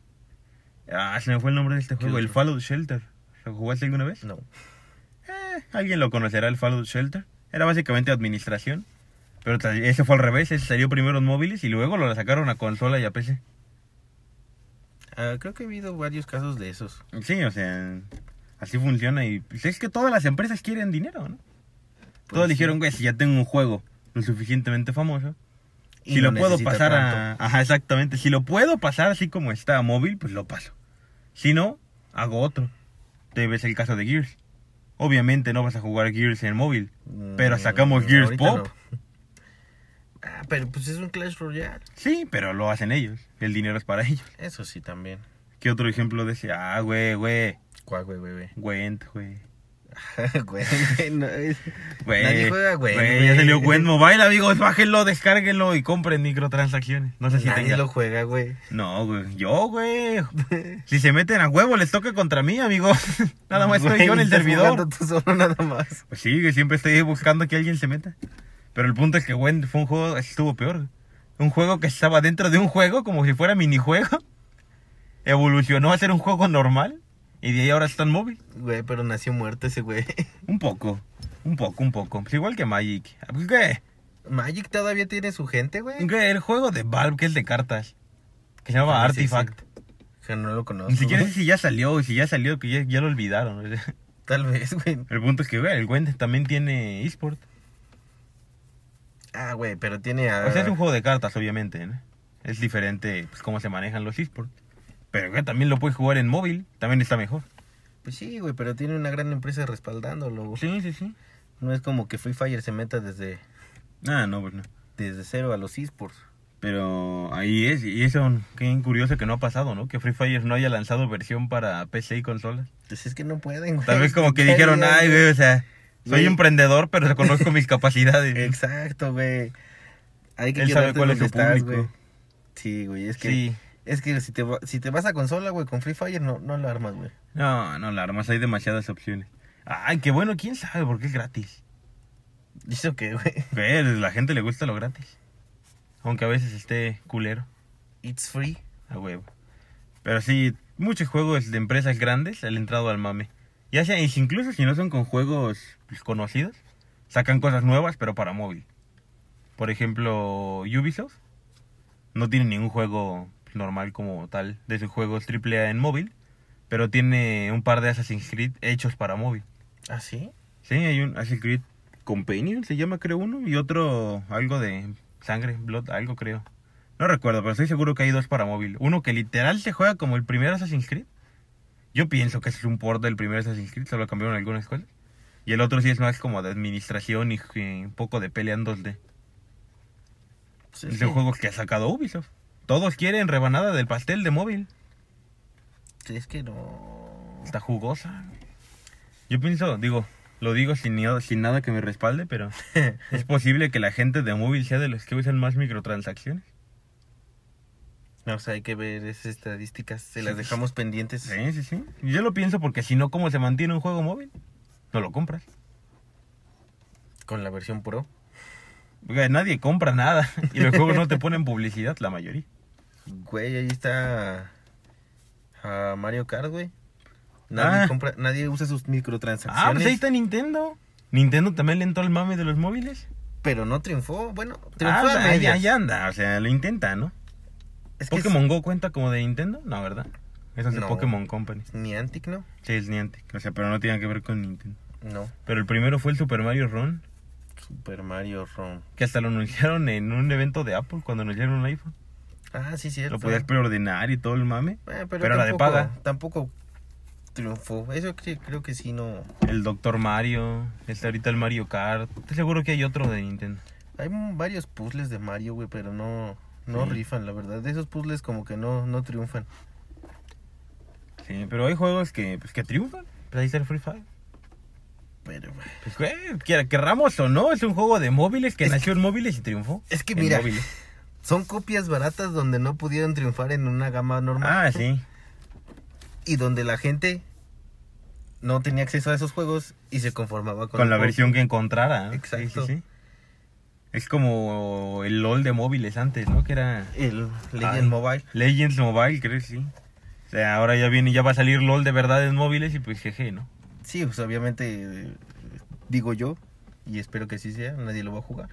B: ah, se me fue el nombre de este
A: ¿Qué
B: juego, el
A: otro?
B: Fallout Shelter. ¿Lo jugaste alguna vez?
A: No.
B: Eh, Alguien lo conocerá, el Fallout Shelter. Era básicamente administración. Pero tal- ese fue al revés, ese salió primero en móviles y luego lo sacaron a consola y a PC.
A: Ah, creo que ha habido varios casos de esos.
B: Sí, o sea, así funciona y pues, es que todas las empresas quieren dinero, ¿no? Todos
A: Pues,
B: dijeron, güey, si ya tengo un juego lo suficientemente famoso,
A: y
B: si
A: no
B: lo puedo
A: necesita
B: pasar a...
A: tanto.
B: Ajá, exactamente, si lo puedo pasar así como está a móvil, pues lo paso. Si no, hago otro. Te ves el caso de Gears. Obviamente no vas a jugar Gears en móvil, pero
A: Mm,
B: sacamos Gears
A: ahorita
B: Pop.
A: no. Ah, pero pues es un Clash Royale.
B: Sí, pero lo hacen ellos. El dinero es para ellos.
A: Eso sí, también.
B: ¿Qué otro ejemplo de ese? Ah, güey, güey.
A: Cuá, güey, güey, güey.
B: Gwent, güey.
A: Güey, güey, no es-
B: Güey,
A: Nadie juega Gwent,
B: güey,
A: güey.
B: Ya salió Gwent Mobile, amigos. Bájenlo, descárguenlo y compren microtransacciones. No sé si
A: Nadie
B: tenga-
A: lo juega, güey.
B: No, güey. Yo, güey. Si se meten a huevo, les toca contra mí, amigos. Nada más estoy
A: Güey,
B: yo en el
A: estás
B: servidor.
A: jugando tú solo nada más.
B: Pues sí, que siempre estoy buscando que alguien se meta. Pero el punto es que Gwent fue un juego, estuvo peor. Un juego que estaba dentro de un juego, como si fuera minijuego. Evolucionó a ser un juego normal. Y de ahí ahora está en móvil.
A: Güey, pero nació muerto ese güey.
B: Un poco. Un poco, un poco. Pues igual que Magic. Pues, ¿Qué?
A: Magic todavía tiene su gente, güey.
B: ¿Qué? El juego de Valve, que es de cartas. Que se llama
A: Ah, sí,
B: Artifact.
A: Que no lo conozco.
B: Ni siquiera sé
A: güey.
B: si ya salió. y Si ya salió, que ya, ya lo olvidaron. El
A: Tal vez, güey.
B: punto es que, güey, el Gwent también tiene eSport.
A: Ah, güey, pero tiene a...
B: O sea, es un juego de cartas, obviamente. ¿no? Es diferente pues, cómo se manejan los eSports. Pero güey, también lo puedes jugar en móvil. También está mejor.
A: Pues sí, güey, pero tiene una gran empresa respaldándolo. güey.
B: Sí, sí, sí.
A: No es como que Free Fire se meta desde,
B: Ah, no, pues no.
A: desde cero a los esports.
B: Pero ahí es. Y eso, qué curioso que no ha pasado, ¿no? Que Free Fire no haya lanzado versión para PC y consolas.
A: Pues es que no pueden, güey.
B: Tal vez como que
A: ¿Qué
B: dijeron,
A: harían,
B: ay, güey, o sea, soy
A: Güey.
B: emprendedor, pero reconozco mis capacidades.
A: Exacto, güey. Hay que
B: Él sabe
A: quedarte
B: cuál
A: donde
B: es su
A: estás,
B: público.
A: güey. Sí, güey, es que...
B: Sí.
A: Es que si te, va- si te vas a consola, güey, con Free Fire no, no lo armas, güey.
B: No, no, la armas, hay demasiadas opciones. Ay, qué bueno, quién sabe, porque es gratis.
A: ¿Eso qué, güey?
B: Güey, a la gente le gusta lo gratis. Aunque a veces esté culero,
A: It's free.
B: a huevo. Pero sí, muchos juegos de empresas grandes han entrado al mame. Ya sea, y si- incluso si no son con juegos pues, conocidos, sacan cosas nuevas, pero para móvil. Por ejemplo, Ubisoft no tiene ningún juego normal como tal de sus juegos AAA en móvil, pero tiene un par de Assassin's Creed hechos para móvil.
A: ¿Ah, sí?
B: Sí, hay un Assassin's Creed Companion, se llama creo uno, y otro algo de sangre, blood, algo creo. No recuerdo, pero estoy seguro que hay dos para móvil. Uno que literal se juega como el primer Assassin's Creed. Yo pienso que ese es un port del primer Assassin's Creed, solo cambiaron algunas cosas. Y el otro sí es más como de administración y eh, un poco de pelea en 2D.
A: Pues
B: Es
A: es
B: de
A: que-
B: juegos que ha sacado Ubisoft. Todos quieren rebanada del pastel de móvil.
A: Es que no.
B: Está jugosa. Yo pienso, digo, lo digo sin, ni- sin nada que me respalde, pero es posible que la gente de móvil sea de los que usan más microtransacciones.
A: No, o sea, hay que ver esas estadísticas. Se las
B: Sí.
A: dejamos pendientes.
B: Sí, sí, sí. Yo lo pienso porque si no, ¿cómo se mantiene un juego móvil? No lo compras.
A: Con la versión pro.
B: Porque nadie compra nada y los juegos no te ponen publicidad, la mayoría. Ah,
A: Güey, ahí está. A Mario Kart, güey. Nadie,
B: Ah.
A: compra, nadie usa sus microtransacciones.
B: Ah, pues ahí está Nintendo. Nintendo también le entró al mame de los móviles.
A: Pero no triunfó. Bueno,
B: Ah,
A: triunfó a
B: ahí-
A: medias.
B: ahí anda, o sea, lo intenta, ¿no?
A: Es que es-
B: ¿Pokémon Go cuenta como de Nintendo? No, ¿verdad? Eso es de
A: No.
B: Pokémon Company.
A: Niantic, ¿no?
B: Sí, es Niantic. O sea, pero no tiene que ver con Nintendo.
A: No.
B: Pero el primero fue el Super Mario Run,
A: Super Mario Run.
B: que hasta lo anunciaron en un evento de Apple cuando anunciaron un iPhone.
A: Ah, sí, cierto.
B: Lo podías preordenar y todo el mame.
A: Eh,
B: pero era de paga.
A: Tampoco triunfó. Eso cre- creo que sí, no.
B: El Doctor Mario, está ahorita el Mario Kart. Estoy seguro que hay otro de Nintendo.
A: Hay m- varios puzzles de Mario, güey, pero no, no
B: Sí.
A: rifan, la verdad. Esos puzzles como que no, no triunfan.
B: Sí, pero hay juegos que, pues, que triunfan. Pues ahí está el Free Fire.
A: Pero, güey.
B: Pues, güey, quiera- querramos o no, es un juego de móviles que
A: Es
B: nació en móviles y triunfó.
A: Es que
B: En
A: mira,
B: móviles.
A: son copias baratas donde no pudieron triunfar en una gama normal.
B: Ah, sí. Ah.
A: Y donde la gente no tenía acceso a esos juegos y se conformaba con,
B: Con
A: un
B: la
A: juego.
B: versión que encontrara. ¿no?
A: Exacto.
B: Sí, sí, sí. Es como el LOL de móviles antes, ¿no? Que era
A: El Legend
B: Ay.
A: Mobile.
B: Legends Mobile, creo, sí. O sea, ahora ya viene, ya va a salir LOL de verdad en móviles y pues jeje, ¿no?
A: Sí, pues obviamente eh, digo yo y espero que sí sea, nadie lo va a jugar.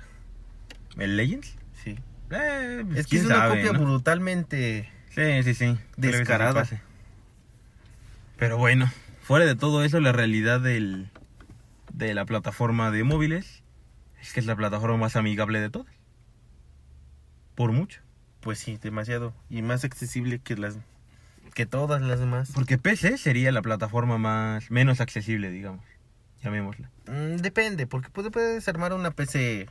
B: ¿El Legends?
A: Sí.
B: Eh, pues,
A: Es que
B: quién
A: es una
B: sabe,
A: copia
B: ¿no?
A: brutalmente
B: Sí, sí, sí. Creo que se
A: Descarada.
B: pase. Pero bueno, fuera de todo eso, la realidad del, de la plataforma de móviles es que es la plataforma más amigable de todas. Por mucho.
A: Pues sí, demasiado. Y más accesible que las que todas las demás.
B: Porque PC sería la plataforma más menos accesible, digamos. Llamémosla.
A: Mm, depende, porque puede- puedes armar una PC.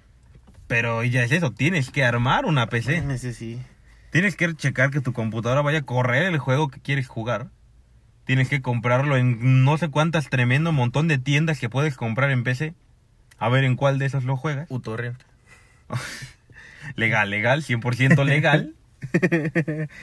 B: Pero ya es eso, tienes que armar una PC.
A: Mm, ese sí.
B: Tienes que checar que tu computadora vaya a correr el juego que quieres jugar. Tienes que comprarlo en no sé cuántas tremendo montón de tiendas que puedes comprar en PC. A ver en cuál de esos lo juegas.
A: UTorrent.
B: Legal, legal, 100% legal.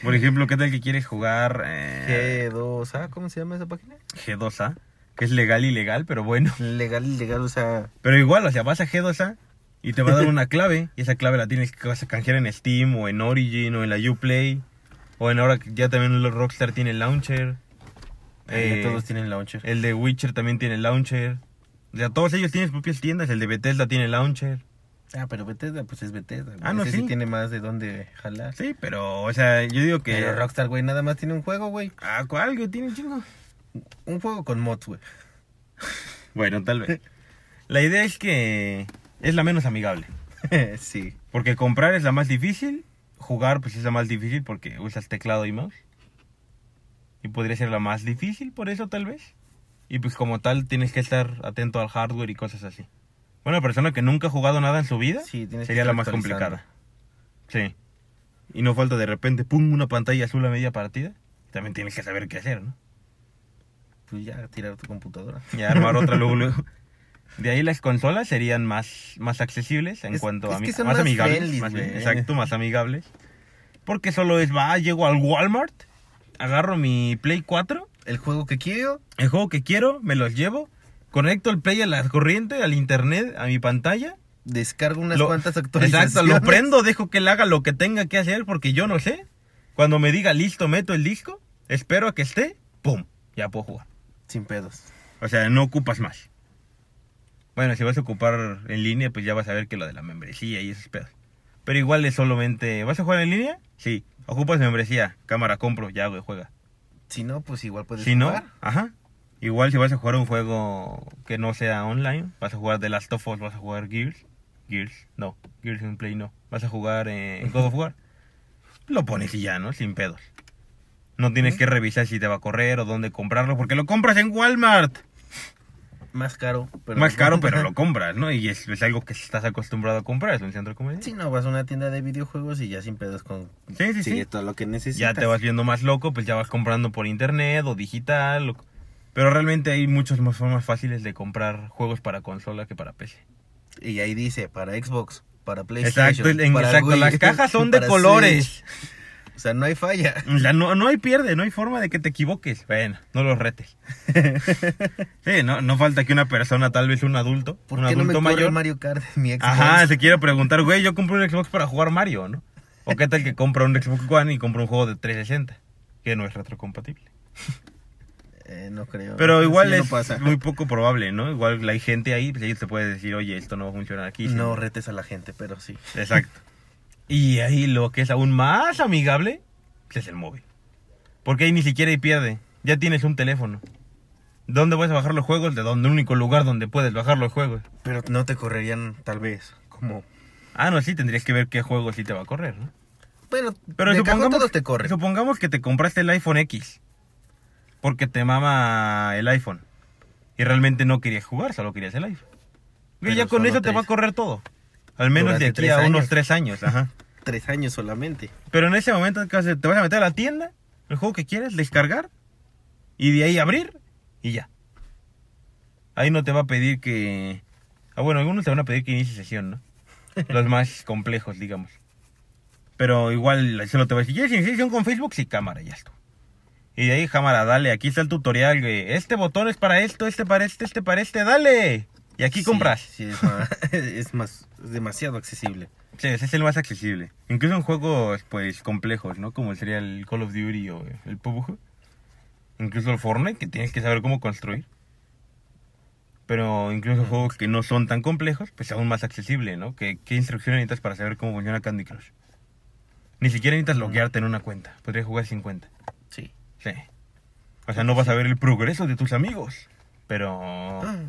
B: Por ejemplo, ¿qué tal que quieres jugar
A: Ah.
B: eh,
A: G2A, ¿cómo se llama esa página?
B: G2A? Que es legal y legal, pero bueno.
A: Legal, ilegal, o sea.
B: Pero igual, o sea, vas a G2A y te va a dar una clave. Y esa clave la tienes que vas a canjear en Steam o en Origin o en la Uplay. O en ahora que ya también los Rockstar tiene el launcher.
A: eh,
B: Eh,
A: todos tienen launcher.
B: El de Witcher también tiene launcher. O sea, todos ellos tienen sus propias tiendas. El de Bethesda tiene launcher.
A: Ah, pero Bethesda, pues es Bethesda. güey.
B: Ah, no,
A: Ese sí
B: sí.
A: tiene más de dónde jalar.
B: Sí, pero, o sea, yo digo que...
A: Pero Rockstar, güey, nada más tiene un juego, güey.
B: ¿A cuál? Que tiene un chingo.
A: Un juego con mods, güey.
B: Bueno, tal vez. La idea es que es la menos amigable.
A: sí.
B: Porque comprar es la más difícil. Jugar, pues es la más difícil porque usas teclado y mouse. Y podría ser la más difícil por eso, tal vez. Y pues, como tal, tienes que estar atento al hardware y cosas así. Una persona que nunca ha jugado nada en su vida
A: Sí, tienes que
B: sería la
A: estar
B: más
A: actualizando.
B: complicada. Sí. Y no falta de repente, pum, una pantalla azul a media partida. También tienes que saber qué hacer, ¿no?
A: Pues ya, tirar tu computadora.
B: Y armar otra luego, luego. De ahí las consolas serían más, más accesibles en
A: Es-
B: cuanto
A: es
B: a ami-
A: que son
B: más,
A: más
B: amigables.
A: friendly,
B: más bien,
A: güey.
B: exacto, más amigables. Porque solo es, va, llego al Walmart, agarro mi Play 4,
A: El juego que quiero,
B: el juego que quiero, me los llevo, conecto el Play a la corriente, al internet, a mi pantalla.
A: descargo unas
B: lo-
A: cuantas actualizaciones.
B: Exacto, lo prendo, dejo que él haga lo que tenga que hacer porque yo no sé. Cuando me diga listo, meto el disco, espero a que esté, ¡pum! Ya puedo jugar.
A: Sin pedos.
B: O sea, no ocupas más. Bueno, si vas a ocupar en línea, pues ya vas a ver que lo de la membresía y esos pedos. Pero igual es solamente. ¿Vas a jugar en línea? Sí. Ocupas membresía. Cámara, compro. Ya, güey, juega.
A: Si no, pues igual puedes
B: Si no,
A: jugar.
B: ajá. Igual si vas a jugar un juego que no sea online, vas a jugar The Last of Us, vas a jugar Gears. Gears, no. Gears in Play, no. Vas a jugar eh, God of War. Lo pones y ya, ¿no? Sin pedos. No tienes que revisar si te va a correr o dónde comprarlo, porque lo compras en Walmart.
A: Más caro. Pero
B: más caro, pero lo compras, ¿no? Y es, es algo que estás acostumbrado a comprar, es un centro comercial.
A: Si no, vas a una tienda de videojuegos y ya sin pedos con...
B: Sí, sí, sí.
A: sigue todo lo que necesitas.
B: ya te vas viendo más loco, pues ya vas comprando por internet o digital. o- Pero realmente hay muchas más formas fáciles de comprar juegos para consola que para PC.
A: Y ahí dice, para Xbox, para PlayStation,
B: Exacto, en-
A: para
B: exacto.
A: Wii,
B: Las cajas son de
A: para
B: colores.
A: Switch. O sea, no hay falla.
B: O sea, no, no hay pierde, no hay forma de que te equivoques. Bueno, no los retes. Sí, no, no falta que una persona, tal vez un adulto,
A: ¿Por
B: un
A: qué no me
B: adulto
A: corre
B: mayor,
A: Mario Kart en mi Xbox?
B: Ajá, se quiere preguntar, güey, yo compré un Xbox para jugar Mario, ¿no? ¿O qué tal que compra un Xbox One y compra un juego de 360? Que no es retrocompatible.
A: Eh, no creo.
B: Pero
A: Eso
B: igual
A: ya
B: es
A: No pasa.
B: muy poco probable, ¿no? Igual hay gente ahí, pues ellos te pueden decir, oye, esto no va a funcionar aquí. sí.
A: No retes a la gente, pero sí.
B: Exacto. Y ahí lo que es aún más amigable pues, es el móvil. Porque ahí ni siquiera ahí pierde. Ya tienes un teléfono. ¿Dónde vas a bajar los juegos? De donde, el único lugar donde puedes bajar los juegos.
A: Pero no te correrían, tal vez, como...
B: Ah, no, sí, tendrías que ver qué juego sí te va a correr, ¿no?
A: Bueno,
B: Pero
A: de cajón
B: supongamos,
A: todos te corren.
B: supongamos que te compraste el iPhone X. porque te mama el iPhone. Y realmente no querías jugar, solo querías el iPhone. Y
A: Pero
B: ya con
A: solo
B: eso te
A: tres.
B: va a correr todo. Al menos
A: Durante
B: de aquí
A: tres
B: a unos
A: años.
B: tres años, ajá.
A: Tres años solamente.
B: Pero en ese momento ¿qué vas a hacer? te vas a meter a la tienda, el juego que quieres, descargar, y de ahí abrir, y ya. Ahí no te va a pedir que... Ah, bueno, algunos te van a pedir que inicie sesión, ¿no? Los más complejos, digamos. Pero igual solo te va a decir, ¿quieres iniciar sesión con Facebook? Sí, cámara, ya está. Y de ahí, cámara, dale, aquí está el tutorial, güey. Este botón es para esto, este para este, este para este, dale. Y aquí
A: Sí,
B: compras.
A: Sí, es más, es más- es demasiado accesible.
B: Sí, ese es el más accesible. Incluso en juegos, pues, complejos, ¿no? Como sería el Call of Duty o el PUBG. Incluso el Fortnite, que tienes que saber cómo construir. Pero incluso juegos que no son tan complejos, pues aún más accesible, ¿no? ¿Qué, qué instrucciones necesitas para saber cómo funciona Candy Crush? Ni siquiera necesitas loguearte en una cuenta. Podrías jugar sin cuenta.
A: Sí.
B: Sí. O sea, no vas a ver el progreso de tus amigos. Pero...
A: Ah,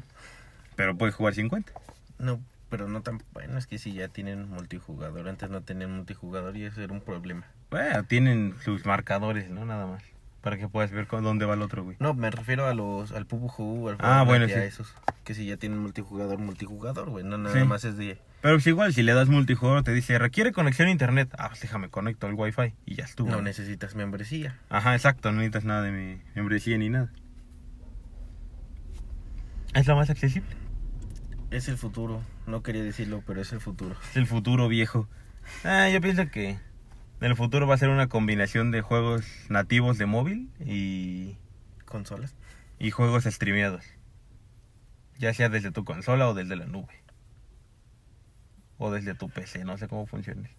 B: Pero puedes jugar sin cuenta.
A: no, pero no tan. Bueno, es que si ya tienen multijugador. Antes no tenían multijugador y eso era un problema.
B: Bueno, tienen sus marcadores, ¿no? Nada más. Para que puedas ver con dónde va el otro, güey.
A: No, me refiero a los. Al PUBG, al
B: Ah,
A: Fortnite
B: bueno,
A: y a
B: sí.
A: esos. Que si ya tienen multijugador, multijugador, güey. No, nada
B: Sí.
A: más es de.
B: Pero pues igual, si le das multijugador, te dice, requiere conexión a internet. Ah, pues déjame conecto al wifi y ya estuvo.
A: No necesitas membresía.
B: Ajá, exacto, no necesitas nada de mi membresía ni nada. Es lo más accesible.
A: Es el futuro. No quería decirlo, pero es el futuro.
B: Es el futuro viejo. Ah, yo pienso que en el futuro va a ser una combinación de juegos nativos de móvil y,
A: ¿Consolas?
B: y juegos streameados. Ya sea desde tu consola o desde la nube. O desde tu PC, no sé cómo funcione.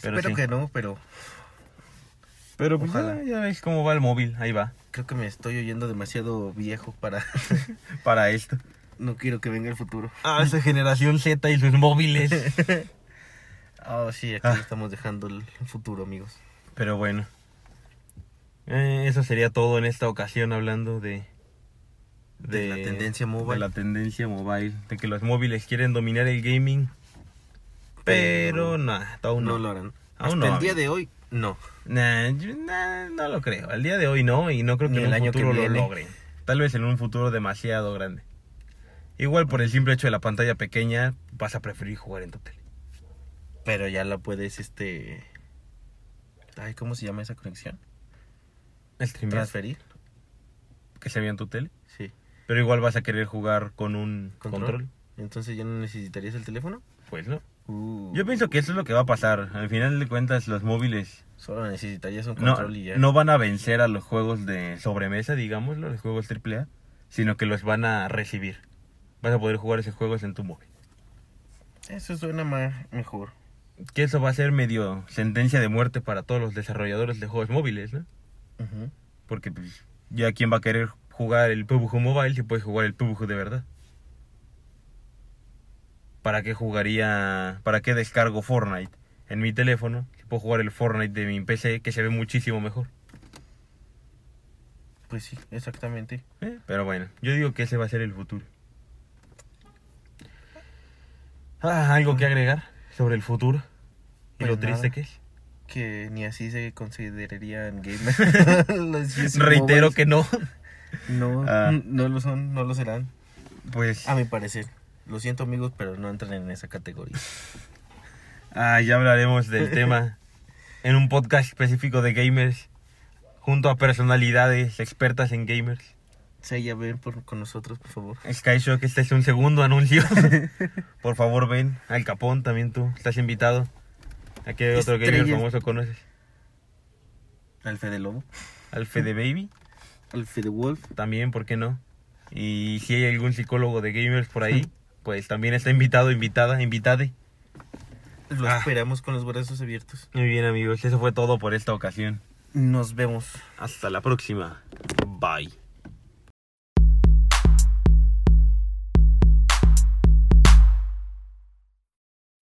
B: Pero
A: Espero
B: sí.
A: que no, pero
B: Pero pues
A: Ojalá.
B: ya, ya ves cómo va el móvil, ahí va.
A: creo que me estoy oyendo demasiado viejo para.
B: Para esto.
A: no quiero que venga el futuro.
B: Ah, esa generación Z y sus móviles.
A: Ah, sí, aquí
B: Ah.
A: le estamos dejando el futuro, amigos.
B: Pero bueno. Eh, eso sería todo en esta ocasión hablando de...
A: De la tendencia mobile.
B: De la tendencia mobile. De que los móviles quieren dominar el gaming. Pero
A: Pero
B: nada, aún
A: no
B: no.
A: lo harán.
B: Aún
A: Hasta
B: no,
A: el día
B: amigo.
A: de hoy, no.
B: Nah, yo- nah, no lo creo. Al día de hoy no, y no creo que
A: Ni
B: en
A: el
B: un
A: año que
B: futuro lo
A: viene.
B: logren. Tal vez en un futuro demasiado grande. Igual por el simple hecho de la pantalla pequeña, vas a preferir jugar en tu tele.
A: Pero ya la puedes, este. Ay, ¿cómo se llama esa conexión?
B: Streamear
A: Transferir.
B: que se vea en tu tele.
A: Sí.
B: Pero igual vas a querer jugar con un control.
A: Control. Entonces ya no necesitarías el teléfono.
B: Pues no.
A: Uh,
B: Yo pienso que eso es lo que va a pasar. Al final de cuentas, los móviles
A: Solo necesitarías un
B: no,
A: control y ya.
B: no van a vencer a los juegos de sobremesa, digámoslo, los juegos AAA, sino que los van a recibir. Vas a poder jugar esos juegos en tu móvil.
A: Eso suena más mejor.
B: Que eso va a ser medio sentencia de muerte para todos los desarrolladores de juegos móviles, ¿no?
A: Ujú.
B: Porque pues, ya quién va a querer jugar el PUBG Mobile si puede jugar el PUBG de verdad. ¿Para qué jugaría, para qué descargo Fortnite en mi teléfono si puedo jugar el Fortnite de mi PC que se ve muchísimo mejor?
A: Pues sí, exactamente.
B: Eh, Pero bueno, yo digo que ese va a ser el futuro. Ah, ¿Algo que agregar sobre el futuro? ¿Y
A: Pues
B: lo triste
A: nada.
B: que es?
A: Que ni así se considerarían gamers. Los UC
B: Reitero
A: mobiles.
B: que no.
A: No,
B: Ah.
A: n- no lo son, no lo serán.
B: Pues...
A: A mi parecer. Lo siento, amigos, pero no entran en esa categoría.
B: Ah, ya hablaremos del tema en un podcast específico de gamers, junto a personalidades expertas en gamers.
A: Sí, ya ven por, con nosotros, por favor.
B: Sky Shock, este es un segundo anuncio. Por favor, ven. Al Capón, también tú estás invitado. Aquí hay otro gamer
A: Estrellas.
B: famoso conoces.
A: Al Fede Lobo,
B: Al Fede Baby,
A: al Fede Wolf.
B: también, ¿por qué no? Y si hay algún psicólogo de gamers por ahí, pues también está invitado, invitada, invitade.
A: Lo
B: Ah.
A: esperamos con los brazos abiertos.
B: Muy bien, amigos, eso fue todo por esta ocasión.
A: Nos vemos.
B: Hasta la próxima. Bye.